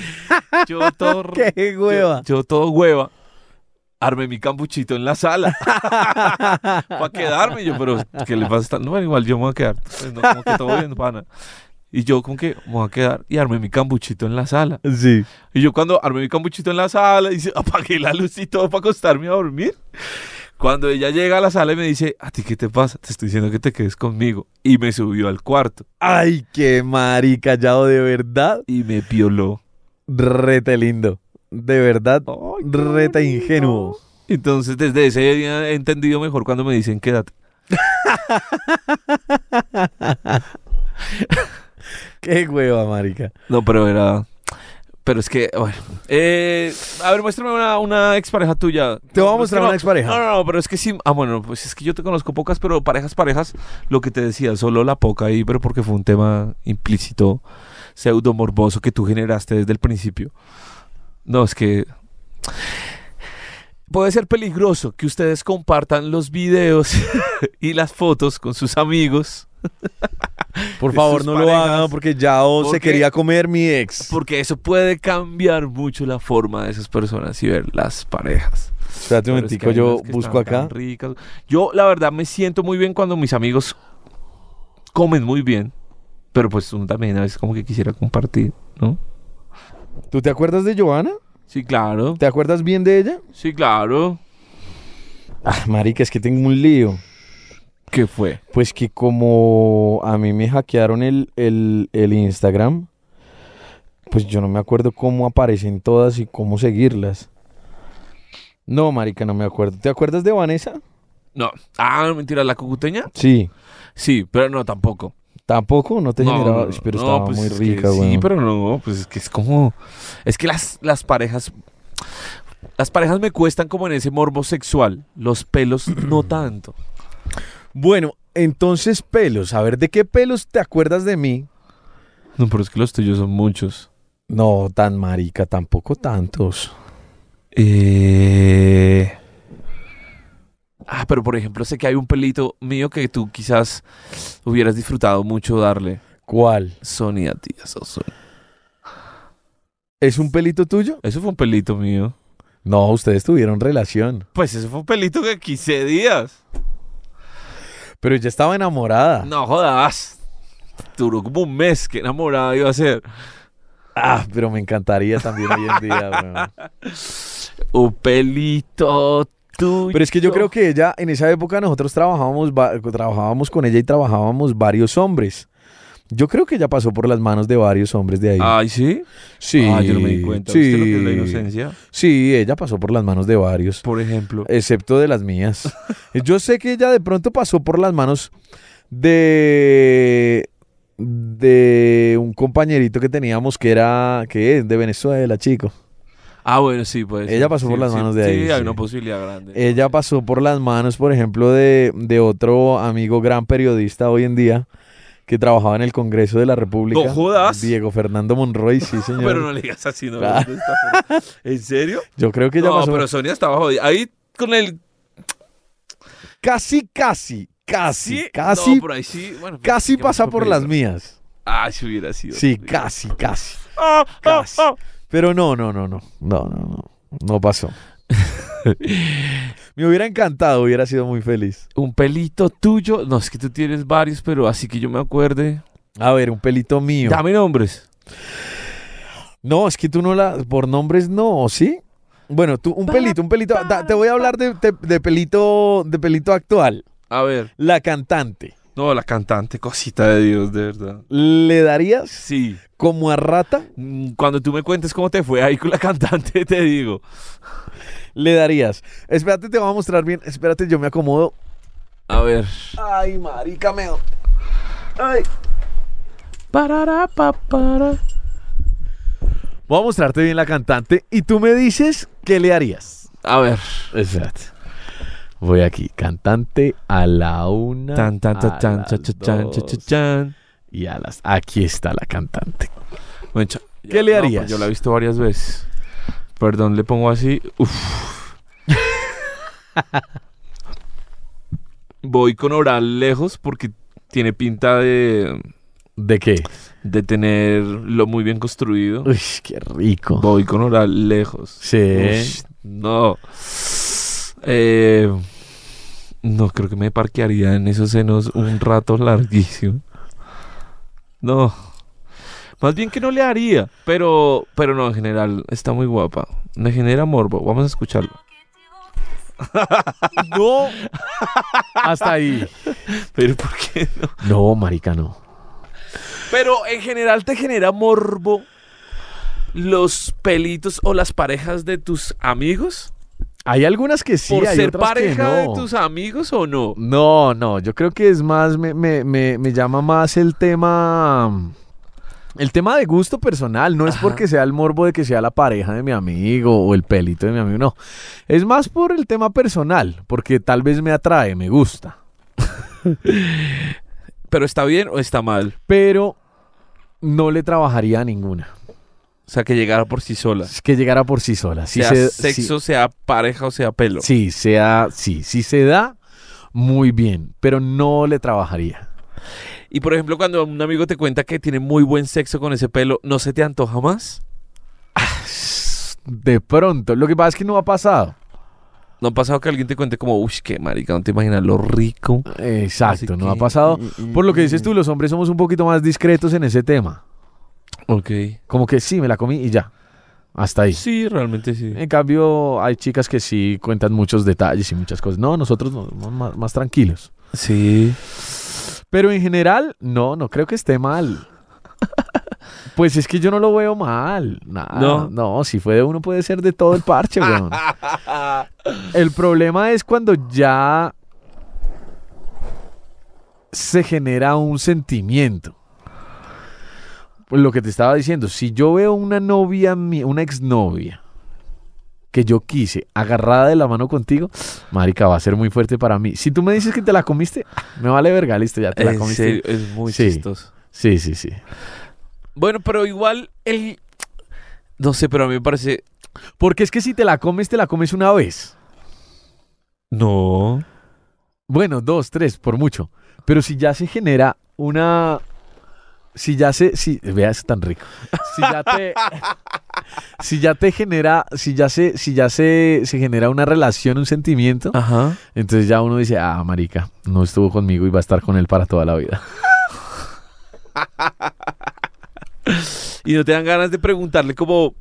Speaker 3: yo todo
Speaker 2: Qué hueva.
Speaker 3: yo, yo todo hueva. Armé mi cambuchito en la sala. para quedarme. Y yo, pero ¿qué le pasa? a esta- No, bueno, igual yo me voy a quedar. Pues, no, como que todo bien, pana. Y yo como que me voy a quedar y armé mi cambuchito en la sala.
Speaker 2: Sí.
Speaker 3: Y yo cuando armé mi cambuchito en la sala y se- apagué la luz y todo para acostarme a dormir. Cuando ella llega a la sala y me dice, ¿a ti qué te pasa? Te estoy diciendo que te quedes conmigo. Y me subió al cuarto
Speaker 2: Ay, qué marica, Yao, de verdad.
Speaker 3: y me violó.
Speaker 2: Rete lindo. De verdad,
Speaker 3: Ay, qué
Speaker 2: rete
Speaker 3: bonito.
Speaker 2: ingenuo.
Speaker 3: Entonces, desde ese día he entendido mejor cuando me dicen quédate.
Speaker 2: Qué hueva, marica.
Speaker 3: No, pero era. Pero es que, bueno. Eh, a ver, muéstrame una, una expareja tuya.
Speaker 2: Te voy a
Speaker 3: No,
Speaker 2: mostrar
Speaker 3: es que no-
Speaker 2: una expareja.
Speaker 3: No, no, no, pero es que sí. Ah, bueno, pues es que yo te conozco pocas, pero parejas, parejas, lo que te decía, solo la poca ahí, pero porque fue un tema implícito, pseudo morboso que tú generaste desde el principio. No, es que. Puede ser peligroso que ustedes compartan los videos y las fotos con sus amigos,
Speaker 2: Por
Speaker 3: de
Speaker 2: favor,
Speaker 3: sus
Speaker 2: no lo
Speaker 3: parejas.
Speaker 2: hagan porque Yao
Speaker 3: ¿Por
Speaker 2: se
Speaker 3: qué?
Speaker 2: quería comer mi ex.
Speaker 3: porque eso puede cambiar mucho la forma de esas personas y ver las parejas.
Speaker 2: Espérate un
Speaker 3: Pero es que
Speaker 2: momentico,
Speaker 3: hay
Speaker 2: yo
Speaker 3: unas que
Speaker 2: busco
Speaker 3: están tan
Speaker 2: acá.
Speaker 3: ricas. Yo, la verdad, me siento muy bien cuando mis amigos comen muy bien. Pero pues uno también a veces como que quisiera compartir, ¿no?
Speaker 2: ¿Tú te acuerdas de Joana?
Speaker 3: Sí, claro.
Speaker 2: ¿Te acuerdas bien de ella?
Speaker 3: Sí, claro.
Speaker 2: Ah, marica, es que tengo un lío.
Speaker 3: ¿Qué fue?
Speaker 2: Pues que como a mí me hackearon el, el- el Instagram, pues yo no me acuerdo cómo aparecen todas y cómo seguirlas. No, marica, no me acuerdo. ¿Te acuerdas de Vanessa?
Speaker 3: No. Ah, mentira, ¿la cucuteña?
Speaker 2: Sí.
Speaker 3: Sí, pero no, tampoco.
Speaker 2: Tampoco, no te
Speaker 3: no,
Speaker 2: generaba...
Speaker 3: no,
Speaker 2: pero
Speaker 3: no,
Speaker 2: estaba
Speaker 3: pues
Speaker 2: muy
Speaker 3: es que
Speaker 2: rica, güey.
Speaker 3: Sí, pero no, pues es que es como... Es que las, las parejas... Las parejas me cuestan como en ese morbo sexual. Los pelos no tanto.
Speaker 2: Bueno, entonces pelos. A ver, ¿de qué pelos te acuerdas de mí?
Speaker 3: No, pero es que los tuyos son muchos.
Speaker 2: No, tan marica, tampoco tantos.
Speaker 3: Eh... Ah, pero por ejemplo, sé que hay un pelito mío que tú quizás hubieras disfrutado mucho darle.
Speaker 2: ¿Cuál?
Speaker 3: Sonia Díaz Ozuna.
Speaker 2: ¿Es un pelito tuyo?
Speaker 3: Eso fue un pelito mío.
Speaker 2: No, ustedes tuvieron relación.
Speaker 3: Pues eso fue un pelito que quise días.
Speaker 2: Pero ella estaba enamorada.
Speaker 3: No jodas. Duró como un mes que enamorada iba a ser.
Speaker 2: Ah, pero me encantaría también hoy en día, weón.
Speaker 3: Un pelito tuyo.
Speaker 2: Pero es que yo creo que ella, en esa época nosotros trabajábamos, va- trabajábamos con ella y trabajábamos varios hombres. Yo creo que ella pasó por las manos de varios hombres de ahí.
Speaker 3: Ay, ¿sí?
Speaker 2: sí.
Speaker 3: Ah, yo no me di cuenta.
Speaker 2: Sí.
Speaker 3: ¿Viste lo que es la inocencia?
Speaker 2: Sí, ella pasó por las manos de varios.
Speaker 3: Por ejemplo.
Speaker 2: Excepto de las mías. Yo sé que ella de pronto pasó por las manos de de un compañerito que teníamos que era que es de Venezuela, chico.
Speaker 3: Ah, bueno, sí, pues.
Speaker 2: Ella pasó por las manos de ahí,
Speaker 3: Sí, hay
Speaker 2: sí.
Speaker 3: una posibilidad grande.
Speaker 2: Ella pasó por las manos, por ejemplo, de, de otro amigo gran periodista hoy en día que trabajaba en el Congreso de la República.
Speaker 3: No jodas.
Speaker 2: Diego Fernando Monroy, sí, señor.
Speaker 3: Ah, Pero no le digas así, no.
Speaker 2: Claro.
Speaker 3: de esta forma. ¿En serio?
Speaker 2: Yo creo que ella
Speaker 3: No,
Speaker 2: pasó.
Speaker 3: pero Sonia estaba jodida. Ahí con el.
Speaker 2: Casi, casi, casi,
Speaker 3: Sí,
Speaker 2: casi,
Speaker 3: No, por ahí sí. Bueno, pero
Speaker 2: casi
Speaker 3: ¿qué más
Speaker 2: pasa
Speaker 3: fue
Speaker 2: por
Speaker 3: peligro?
Speaker 2: las mías.
Speaker 3: Ah, si hubiera sido.
Speaker 2: Sí,
Speaker 3: peligro.
Speaker 2: casi, casi.
Speaker 3: Ah, ah,
Speaker 2: Casi.
Speaker 3: ah.
Speaker 2: Pero no, no, no, no. No, no, no. No pasó. Me hubiera encantado, hubiera sido muy feliz.
Speaker 3: Un pelito tuyo. No, es que tú tienes varios, pero así que yo me acuerde.
Speaker 2: A ver, un pelito mío.
Speaker 3: Dame nombres.
Speaker 2: No, es que tú no la. Por nombres no, ¿sí? Bueno, tú, un pelito, un pelito. da- te voy a hablar de, de- de pelito de pelito actual.
Speaker 3: A ver.
Speaker 2: La cantante.
Speaker 3: No, la cantante, cosita de Dios, de verdad.
Speaker 2: ¿Le darías
Speaker 3: Sí.
Speaker 2: como a rata?
Speaker 3: Mm, Cuando tú me cuentes cómo te fue ahí con la cantante, te digo.
Speaker 2: Le darías. Espérate, te voy a mostrar bien. Espérate, yo me acomodo.
Speaker 3: A ver.
Speaker 2: Ay, marica, me. do- Ay.
Speaker 3: Parará, pa, para.
Speaker 2: Voy a mostrarte bien la cantante y tú me dices qué le harías.
Speaker 3: A ver.
Speaker 2: Espérate. Voy aquí, cantante a la una.
Speaker 3: Tan, tan, tan,
Speaker 2: a
Speaker 3: tan,
Speaker 2: las
Speaker 3: cha, cha, chan, cha,
Speaker 2: dos,
Speaker 3: cha, chan.
Speaker 2: Y a las. Aquí está la cantante.
Speaker 3: Bueno, cha-
Speaker 2: ¿Qué le
Speaker 3: no,
Speaker 2: harías?
Speaker 3: pues yo la he visto varias veces. Perdón, le pongo así. Uf. Voy con oral lejos porque tiene pinta de,
Speaker 2: ¿De qué?
Speaker 3: de tenerlo muy bien construido.
Speaker 2: Uy, qué rico.
Speaker 3: Voy con oral lejos.
Speaker 2: Sí.
Speaker 3: Ush, no. Eh, no, creo que me parquearía en esos senos un rato larguísimo. No. Más bien que no le haría, pero, pero no, en general, está muy guapa. Me genera morbo, vamos a escucharlo.
Speaker 2: No. Hasta ahí.
Speaker 3: Pero ¿por qué no?
Speaker 2: No, marica, no.
Speaker 3: Pero en general te genera morbo los pelitos o las parejas de tus amigos.
Speaker 2: Hay algunas que sí,
Speaker 3: ¿Por
Speaker 2: hay
Speaker 3: ser
Speaker 2: otras que
Speaker 3: pareja de
Speaker 2: no.
Speaker 3: tus amigos o no?
Speaker 2: No, no, yo creo que es más, me, me- me- me llama más el tema... El tema de gusto personal, no es
Speaker 3: Ajá.
Speaker 2: porque sea el morbo de que sea la pareja de mi amigo o el pelito de mi amigo, no. Es más por el tema personal, porque tal vez me atrae, me gusta.
Speaker 3: ¿Pero está bien o está mal?
Speaker 2: Pero no le trabajaría a ninguna.
Speaker 3: O sea, que llegara por sí sola.
Speaker 2: Es que llegara por sí sola. Si
Speaker 3: sea
Speaker 2: se-
Speaker 3: sexo, sea pareja o sea pelo.
Speaker 2: Sí, sea, sí, sí se da, muy bien, pero no le trabajaría.
Speaker 3: Y por ejemplo, cuando un amigo te cuenta que tiene muy buen sexo con ese pelo, ¿no se te antoja más?
Speaker 2: De pronto, lo que pasa es que no ha pasado.
Speaker 3: ¿No ha pasado que alguien te cuente como, uy, qué marica, no te imaginas lo rico? Así
Speaker 2: Exacto, no ha
Speaker 3: que-
Speaker 2: pasado.
Speaker 3: Mm, mm,
Speaker 2: Por lo que dices
Speaker 3: mm.
Speaker 2: tú, los hombres somos un poquito más discretos en ese tema.
Speaker 3: Ok.
Speaker 2: Como que sí, me la comí y ya. Hasta ahí.
Speaker 3: Sí, realmente sí.
Speaker 2: En cambio, hay chicas que sí cuentan muchos detalles y muchas cosas. No, nosotros no, somos más, más tranquilos.
Speaker 3: Sí.
Speaker 2: Pero en general, no, no creo que esté mal. Pues es que yo no lo veo mal. Nah,
Speaker 3: No.
Speaker 2: no, si fue de uno puede ser de todo el parche, weón. El problema es cuando ya se genera un sentimiento. Pues lo que te estaba diciendo, si yo veo una novia, mía- una exnovia que yo quise agarrada de la mano contigo, marica, va a ser muy fuerte para mí. Si tú me dices que te la comiste, me vale verga, listo, ya te la
Speaker 3: En
Speaker 2: comiste.
Speaker 3: serio, Eh, es muy
Speaker 2: Sí.
Speaker 3: chistoso.
Speaker 2: Sí, sí, sí.
Speaker 3: Bueno, pero igual el... No sé, pero a mí me parece...
Speaker 2: Porque es que si te la comes, te la comes una vez.
Speaker 3: No.
Speaker 2: Bueno, dos, tres, por mucho. Pero si ya se genera una... Si ya se... Si, vea, es tan rico. Si ya te... si ya te genera... Si ya se... Si ya se, se genera una relación, un sentimiento.
Speaker 3: Ajá.
Speaker 2: Entonces ya uno dice, ah, marica, no estuvo conmigo y va a estar con él para toda la vida.
Speaker 3: Y no te dan ganas de preguntarle como...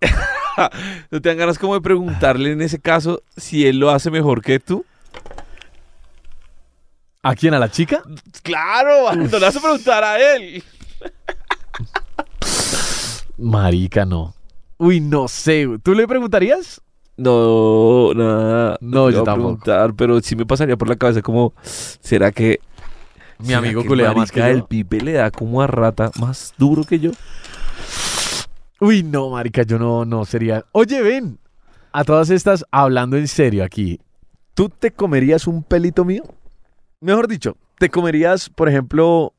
Speaker 3: no te dan ganas como de preguntarle en ese caso si él lo hace mejor que tú.
Speaker 2: ¿A quién? ¿A la chica?
Speaker 3: Claro, no le vas a preguntar a él.
Speaker 2: Marica, no. Uy, no sé. ¿Tú le preguntarías?
Speaker 3: No, nada.
Speaker 2: No,
Speaker 3: te
Speaker 2: yo
Speaker 3: voy a
Speaker 2: tampoco.
Speaker 3: preguntar, pero sí me pasaría por la cabeza como, ¿será que
Speaker 2: Mi
Speaker 3: será
Speaker 2: amigo
Speaker 3: que
Speaker 2: culea más
Speaker 3: marica
Speaker 2: que
Speaker 3: El
Speaker 2: yo?
Speaker 3: pibe le da como a rata más duro que yo.
Speaker 2: Uy, no, marica, yo no, no sería. Oye, ven. A todas estas, hablando en serio aquí, ¿tú te comerías un pelito mío? Mejor dicho, ¿te comerías, por ejemplo,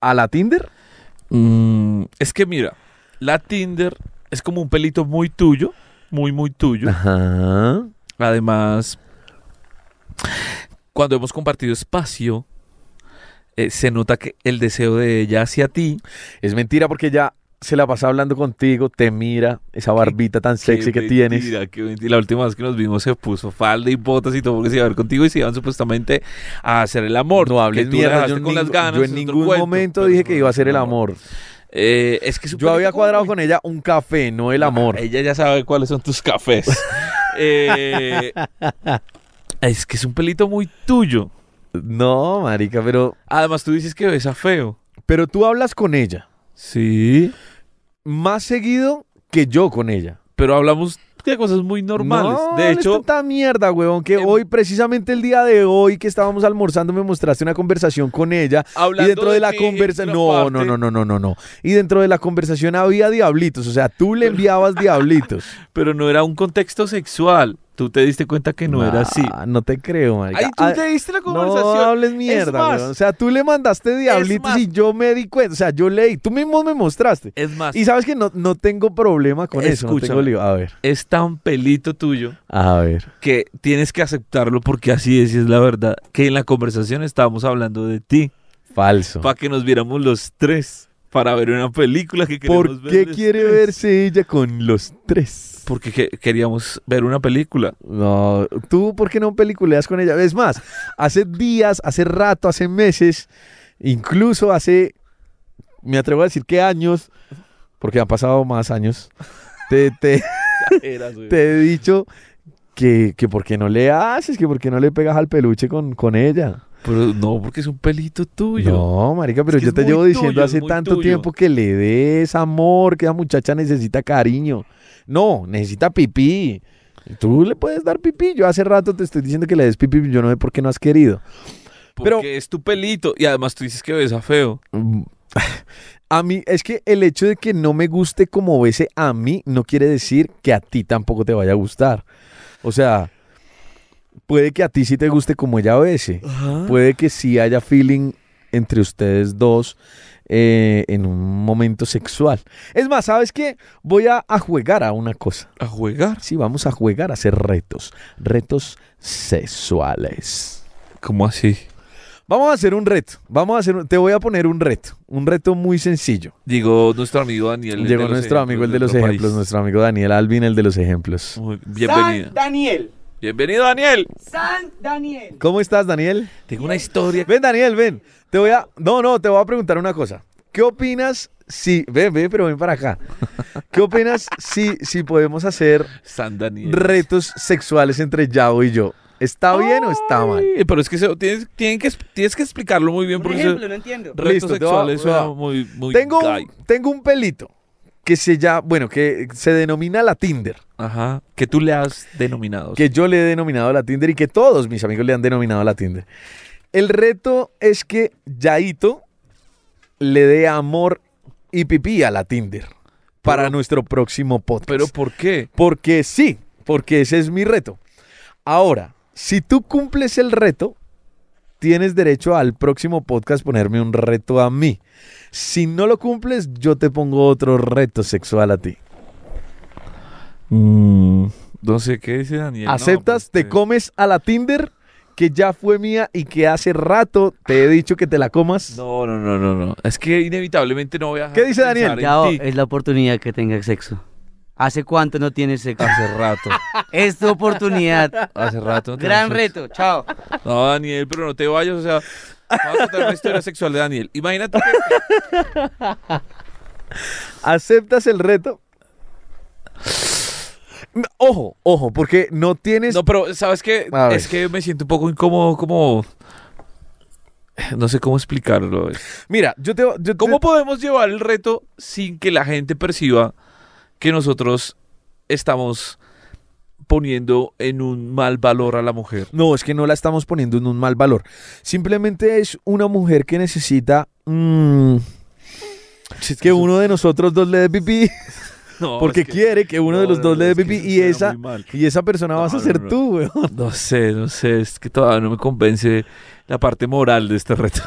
Speaker 2: a la Tinder?
Speaker 3: Mm, es que mira, la Tinder es como un pelito muy tuyo, muy muy tuyo.
Speaker 2: Ajá.
Speaker 3: Además, cuando hemos compartido espacio, eh, se nota que el deseo de ella hacia ti
Speaker 2: Es mentira porque ya se la pasa hablando contigo, te mira, esa barbita tan sexy
Speaker 3: Qué
Speaker 2: que tienes.
Speaker 3: mentira, qué mentira. La última vez que nos vimos se puso falda y botas y todo porque se iba a ver contigo y se iban supuestamente a hacer el amor.
Speaker 2: No hables
Speaker 3: que tú
Speaker 2: mierda,
Speaker 3: dejaste
Speaker 2: yo en,
Speaker 3: con las
Speaker 2: ningún-
Speaker 3: ganas,
Speaker 2: yo
Speaker 3: es
Speaker 2: en
Speaker 3: otro
Speaker 2: ningún
Speaker 3: cuento,
Speaker 2: momento
Speaker 3: pero
Speaker 2: dije
Speaker 3: no
Speaker 2: que iba a
Speaker 3: hacer
Speaker 2: ser el amor.
Speaker 3: Eh, es que es un
Speaker 2: Yo había
Speaker 3: pelito
Speaker 2: cuadrado
Speaker 3: como-
Speaker 2: con ella un café, no el amor.
Speaker 3: Ella ya sabe cuáles son tus cafés. Eh, es que es un pelito muy tuyo.
Speaker 2: No, marica, pero,
Speaker 3: Además, tú dices que besa feo.
Speaker 2: pero tú hablas con ella.
Speaker 3: Sí.
Speaker 2: más seguido que yo con ella.
Speaker 3: Pero hablamos de cosas muy normales.
Speaker 2: No,
Speaker 3: de
Speaker 2: hables
Speaker 3: hecho,
Speaker 2: tanta mierda, huevón, que
Speaker 3: em-
Speaker 2: hoy, precisamente el día de hoy que estábamos almorzando, me mostraste una conversación con ella.
Speaker 3: hablando
Speaker 2: y dentro de, la
Speaker 3: mí,
Speaker 2: conversación.
Speaker 3: otra
Speaker 2: No,
Speaker 3: parte,
Speaker 2: no, no, no, no, no, no. Y dentro de la conversación había diablitos. O sea, tú le enviabas diablitos.
Speaker 3: Pero no era un contexto sexual. Tú te diste cuenta que no era así.
Speaker 2: Nah, Ah, No te creo, marica.
Speaker 3: Ahí tú
Speaker 2: Ah,
Speaker 3: te diste la
Speaker 2: No
Speaker 3: conversación.
Speaker 2: hables mierda,
Speaker 3: más-
Speaker 2: huevón. O sea, tú le mandaste diablitos
Speaker 3: más-
Speaker 2: y yo me di cuenta. O sea, yo leí. Tú mismo me mostraste.
Speaker 3: Es más,
Speaker 2: Y sabes que no, no tengo problema con eso. No tengo
Speaker 3: Escúchame.
Speaker 2: lío. A ver.
Speaker 3: es tan pelito tuyo
Speaker 2: A ver.
Speaker 3: que tienes que aceptarlo porque así es y es la verdad. Que en la conversación estábamos hablando de ti
Speaker 2: Falso.
Speaker 3: para que nos viéramos los tres para ver una película que queremos
Speaker 2: ¿Por
Speaker 3: ver
Speaker 2: qué
Speaker 3: los
Speaker 2: quiere
Speaker 3: tres.
Speaker 2: verse ella con los tres?
Speaker 3: Porque que- queríamos ver una película.
Speaker 2: No, tú, ¿por qué no peliculeas con ella? Es más, hace días, hace rato, hace meses, incluso hace, me atrevo a decir que años, porque han pasado más años, te, te,
Speaker 3: Era su-
Speaker 2: te he dicho que, que por qué no le haces, que por qué no le pegas al peluche con, con ella.
Speaker 3: Pero no, porque es un pelito tuyo.
Speaker 2: No, marica, pero
Speaker 3: Es que
Speaker 2: yo
Speaker 3: es
Speaker 2: te
Speaker 3: muy
Speaker 2: llevo diciendo
Speaker 3: tuyo, es
Speaker 2: hace
Speaker 3: muy
Speaker 2: tanto
Speaker 3: tuyo.
Speaker 2: tiempo que le des amor, que esa muchacha necesita cariño. No, necesita pipí. Tú le puedes dar pipí. Yo hace rato te estoy diciendo que le des pipí, yo no sé por qué no has querido.
Speaker 3: porque
Speaker 2: pero-
Speaker 3: es tu pelito. Y además tú dices que besa feo.
Speaker 2: Mm. A mí, es que el hecho de que no me guste como bese a mí no quiere decir que a ti tampoco te vaya a gustar. O sea, puede que a ti sí te guste como ella bese.
Speaker 3: Ah. Pues,
Speaker 2: puede que sí haya feeling entre ustedes dos eh, en un momento sexual. Es más, ¿sabes qué? Voy a, a jugar a una cosa.
Speaker 3: A jugar.
Speaker 2: Sí, vamos a jugar a hacer retos. Retos sexuales.
Speaker 3: ¿Cómo así?
Speaker 2: Vamos a hacer un reto. Vamos a hacer, un- te voy a poner un reto, un reto muy sencillo.
Speaker 3: Llegó nuestro amigo Daniel. el de
Speaker 2: Llegó
Speaker 3: los
Speaker 2: nuestro amigo el de los
Speaker 3: nuestro
Speaker 2: ejemplos,
Speaker 3: país.
Speaker 2: nuestro amigo Daniel Alvin, el de los ejemplos.
Speaker 3: Muy- Bienvenido.
Speaker 4: San Daniel.
Speaker 3: Bienvenido, Daniel.
Speaker 4: San Daniel.
Speaker 2: ¿Cómo estás, Daniel?
Speaker 3: Tengo una historia.
Speaker 2: Ven, Daniel, ven. Te voy a. No, no, te voy a preguntar una cosa. ¿Qué opinas si. Ven, ven, pero ven para acá. ¿Qué opinas si, si podemos hacer
Speaker 3: San Daniel.
Speaker 2: retos sexuales entre Yao y yo? ¿Está bien o está mal?
Speaker 3: Ay, Pero es que se- tienes, tienen que, tienes que explicarlo muy bien
Speaker 4: Por
Speaker 3: porque
Speaker 4: ejemplo,
Speaker 3: ese
Speaker 4: no entiendo.
Speaker 3: reto
Speaker 2: Listo, te
Speaker 3: sexual
Speaker 2: va-
Speaker 3: eso era
Speaker 2: va.
Speaker 3: muy, muy
Speaker 2: Tengo
Speaker 3: gay.
Speaker 2: un, tengo un pelito que se llama. Bueno, que se denomina la Tinder.
Speaker 3: Ajá. Que tú le has denominado.
Speaker 2: Que yo le he denominado la Tinder y que todos mis amigos le han denominado la Tinder. El reto es que Yaito le dé amor y pipí a la Tinder para
Speaker 3: Pero-
Speaker 2: nuestro próximo podcast.
Speaker 3: Pero ¿por qué?
Speaker 2: porque sí, porque ese es mi reto. Ahora, si tú cumples el reto, tienes derecho al próximo podcast ponerme un reto a mí. Si no lo cumples, yo te pongo otro reto sexual a ti.
Speaker 3: No sé qué dice Daniel. No,
Speaker 2: Mm, ¿Aceptas?
Speaker 3: pues,
Speaker 2: ¿Te
Speaker 3: eh,
Speaker 2: comes a la Tinder? Que ya fue mía y que hace rato te he dicho que te la comas.
Speaker 3: No, no, no, no, no. Es que inevitablemente no voy a. dejar
Speaker 2: ¿Qué
Speaker 3: de
Speaker 2: dice
Speaker 3: pensar
Speaker 2: Daniel?
Speaker 3: en
Speaker 4: Yao,
Speaker 3: ti.
Speaker 4: oh, es la oportunidad que tenga sexo. ¿Hace cuánto no tienes sexo?
Speaker 3: Hace rato.
Speaker 4: es tu oportunidad.
Speaker 3: Hace rato. no
Speaker 4: Gran
Speaker 3: tenemos-
Speaker 4: reto. Chao.
Speaker 3: No, Daniel, pero no te vayas, o sea, vamos a contar una historia sexual de Daniel. Imagínate que-
Speaker 2: ¿Aceptas el reto? Ojo, ojo, porque no tienes...
Speaker 3: No, pero ¿sabes qué?
Speaker 2: A ver.
Speaker 3: Es que me siento un poco incómodo, como... No sé cómo explicarlo. es-
Speaker 2: Mira, yo te... Yo te-
Speaker 3: ¿Cómo podemos llevar el reto sin que la gente perciba que nosotros estamos poniendo en un mal valor a la mujer?
Speaker 2: No, es que no la estamos poniendo en un mal valor. Simplemente es una mujer que necesita mm, que uno de nosotros dos le dé pipí
Speaker 3: No,
Speaker 2: porque
Speaker 3: es que-
Speaker 2: quiere que uno de
Speaker 3: no,
Speaker 2: los
Speaker 3: no,
Speaker 2: dos
Speaker 3: no,
Speaker 2: le dé
Speaker 3: es que
Speaker 2: pipí
Speaker 3: eso
Speaker 2: y
Speaker 3: suena
Speaker 2: esa,
Speaker 3: muy mal.
Speaker 2: y esa persona
Speaker 3: No,
Speaker 2: vas a
Speaker 3: no,
Speaker 2: ser
Speaker 3: no.
Speaker 2: tú, weón.
Speaker 3: No sé, no sé, es que todavía no me convence la parte moral de este reto.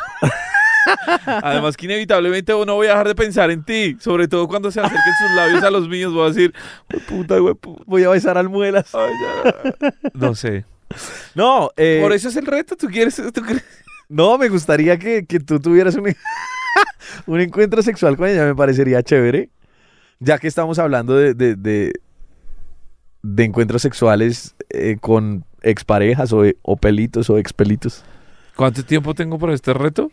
Speaker 3: Además que inevitablemente no voy a dejar de pensar en ti, sobre todo cuando se acerquen sus labios a los míos, voy a decir, "Hue puta, hue puta.
Speaker 2: Voy a besar al muelas.
Speaker 3: ay, ya". No sé.
Speaker 2: No, eh,
Speaker 3: Por eso es el reto, tú quieres, tú crees?
Speaker 2: no, me gustaría que, que tú tuvieras un, un encuentro sexual con ella, me parecería chévere. Ya que estamos hablando de, de, de- de encuentros sexuales eh, con exparejas o, o pelitos o expelitos.
Speaker 3: ¿Cuánto tiempo tengo para este reto?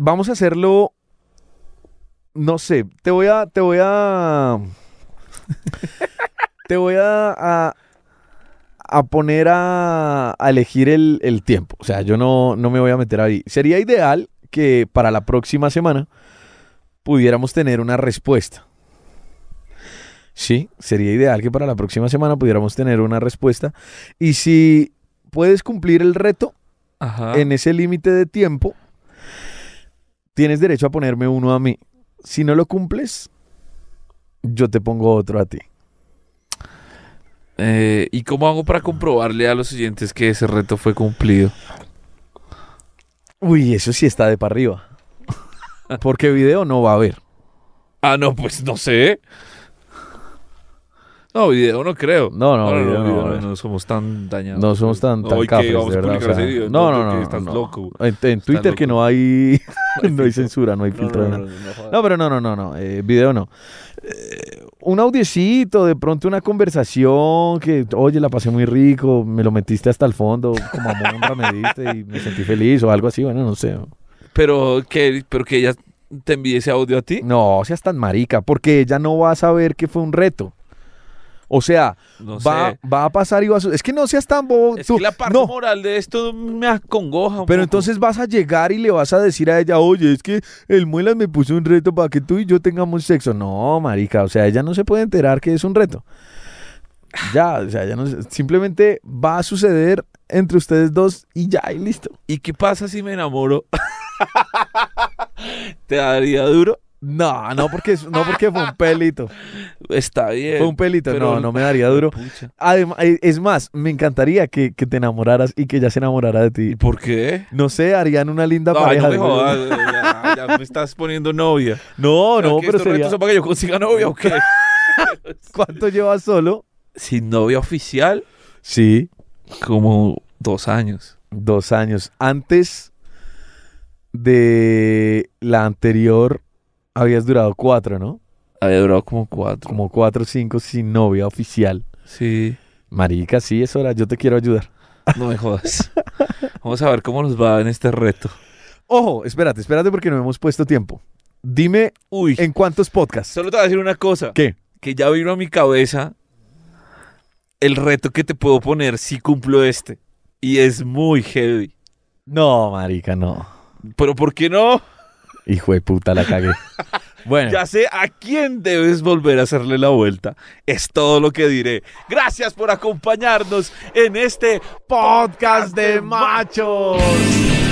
Speaker 2: vamos a hacerlo. No sé, te voy a. Te voy a. te voy a. a a poner a, a elegir el, el tiempo. O sea, yo no, no me voy a meter ahí. Sería ideal que para la próxima semana pudiéramos tener una respuesta. Sí, sería ideal que para la próxima semana pudiéramos tener una respuesta. Y si puedes cumplir el reto,
Speaker 3: Ajá.
Speaker 2: en ese límite de tiempo, tienes derecho a ponerme uno a mí. Si no lo cumples, yo te pongo otro a ti.
Speaker 3: Eh, ¿Y cómo hago para comprobarle a los oyentes que ese reto fue cumplido?
Speaker 2: Uy, eso sí está de para arriba. Porque video no va a haber.
Speaker 3: Ah, no, pues no sé. No, video no creo.
Speaker 2: No, no,
Speaker 3: Ahora
Speaker 2: video no,
Speaker 3: video
Speaker 2: eh.
Speaker 3: no somos tan dañados.
Speaker 2: No somos tan, tan
Speaker 3: Hoy que
Speaker 2: cafres,
Speaker 3: vamos
Speaker 2: de
Speaker 3: a
Speaker 2: verdad, o
Speaker 3: publicar
Speaker 2: sea,
Speaker 3: ese video,
Speaker 2: no, no,
Speaker 3: tú que
Speaker 2: no.
Speaker 3: estás
Speaker 2: no.
Speaker 3: loco.
Speaker 2: En, en Twitter que no hay, no hay
Speaker 3: filtro.
Speaker 2: censura, no hay
Speaker 3: No,
Speaker 2: filtro. de
Speaker 3: no,
Speaker 2: nada.
Speaker 3: no, no, no,
Speaker 2: No, pero no, no, no, no. eh, video no. Eh, un audiecito, de pronto una conversación que, oye, la pasé muy rico, me lo metiste hasta el fondo, como monja me diste y me sentí feliz o algo así, bueno, no sé.
Speaker 3: Pero que, pero que ella te envíe ese audio a ti.
Speaker 2: No, seas tan marica, porque ella no va a saber que fue un reto. O sea,
Speaker 3: No
Speaker 2: va,
Speaker 3: sé.
Speaker 2: va a pasar y va a... su- Es que no seas tan bobo.
Speaker 3: Es
Speaker 2: tú-
Speaker 3: que la parte
Speaker 2: no,
Speaker 3: moral de esto me acongoja. un
Speaker 2: Pero
Speaker 3: poco.
Speaker 2: entonces vas a llegar y le vas a decir a ella, oye, es que el muelas me puso un reto para que tú y yo tengamos sexo. No, marica, o sea, ella no se puede enterar que es un reto. Ya, o sea, ya no se- simplemente va a suceder entre ustedes dos y ya, y listo.
Speaker 3: ¿Y qué pasa si me enamoro? ¿Te daría duro?
Speaker 2: No, no porque, es- no porque fue un pelito.
Speaker 3: Está bien.
Speaker 2: Fue un pelito,
Speaker 3: pero-
Speaker 2: no, no me daría duro.
Speaker 3: Pucha.
Speaker 2: Además, es más, me encantaría que, que te enamoraras y que ella se enamorara de ti.
Speaker 3: ¿Y por qué?
Speaker 2: No sé, harían una linda
Speaker 3: Ay,
Speaker 2: pareja.
Speaker 3: no me jodas, ya, ya me estás poniendo novia.
Speaker 2: no,
Speaker 3: ¿Será
Speaker 2: no,
Speaker 3: que
Speaker 2: pero
Speaker 3: estos retos
Speaker 2: sería,
Speaker 3: son para que yo consiga novia o qué?
Speaker 2: ¿cuánto llevas solo?
Speaker 3: Sin novia oficial,
Speaker 2: Sí.
Speaker 3: como dos años.
Speaker 2: Dos años. Antes de la anterior, habías durado cuatro, ¿no?
Speaker 3: Había durado como cuatro.
Speaker 2: Como cuatro o cinco sin novia oficial.
Speaker 3: Sí.
Speaker 2: Marica, sí, es hora. Yo te quiero ayudar.
Speaker 3: No me jodas. Vamos a ver cómo nos va en este reto.
Speaker 2: Ojo, espérate, espérate porque no hemos puesto tiempo. Dime
Speaker 3: Uy.
Speaker 2: en cuántos podcasts.
Speaker 3: Solo te voy a decir una cosa.
Speaker 2: ¿Qué?
Speaker 3: Que ya vino a mi cabeza el reto que te puedo poner si cumplo este. Y es muy heavy.
Speaker 2: No, marica, no.
Speaker 3: Pero ¿por qué no?
Speaker 2: Hijo de puta, la cagué. Bueno,
Speaker 3: Ya sé a quién debes volver a hacerle la vuelta. Es todo lo que diré. Gracias por acompañarnos en este podcast de machos.